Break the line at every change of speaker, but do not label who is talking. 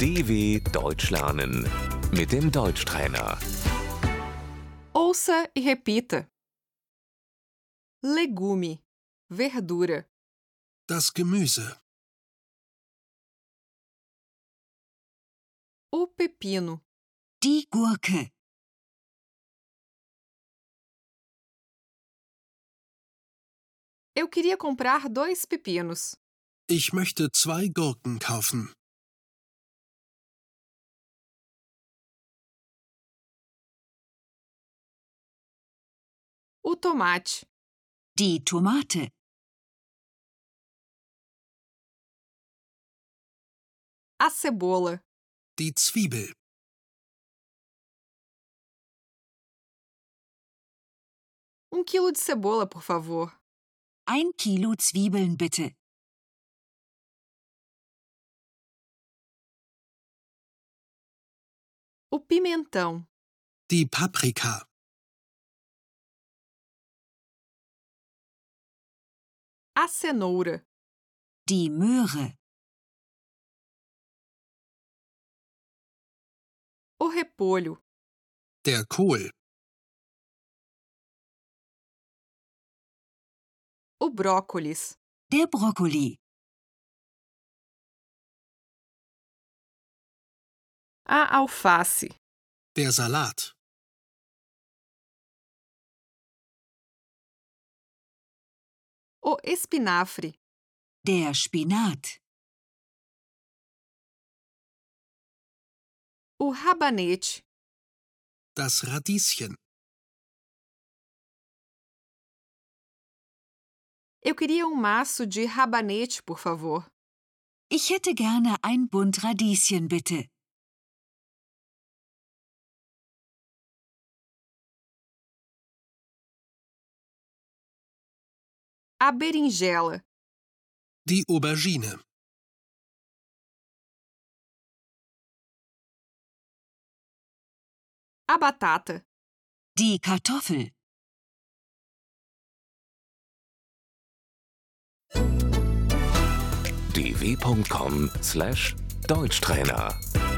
DW Deutsch lernen mit dem Deutschtrainer.
Ouça e repita: legume, verdura,
Das Gemüse.
o pepino,
Die Gurke.
eu queria comprar dois pepinos,
Ich möchte zwei Gurken kaufen.
o tomate,
Die Tomate.
a cebola,
Die Zwiebel.
um quilo de cebola, por favor,
Ein Kilo Zwiebeln bitte.
o pimentão,
Die Paprika.
a cenoura,
Die Möhre.
o repolho,
Der Kohl.
o brócolis,
Der Brokkoli.
a alface,
Der Salat.
o espinafre,
Der Spinat.
o rabanete,
Das Radieschen.
eu queria um maço de rabanete, por favor,
Ich hätte gerne ein Bund Radieschen bitte.
a berinjela,
Die Aubergine.
a batata,
Die Kartoffel.
dw.com/deutschtrainer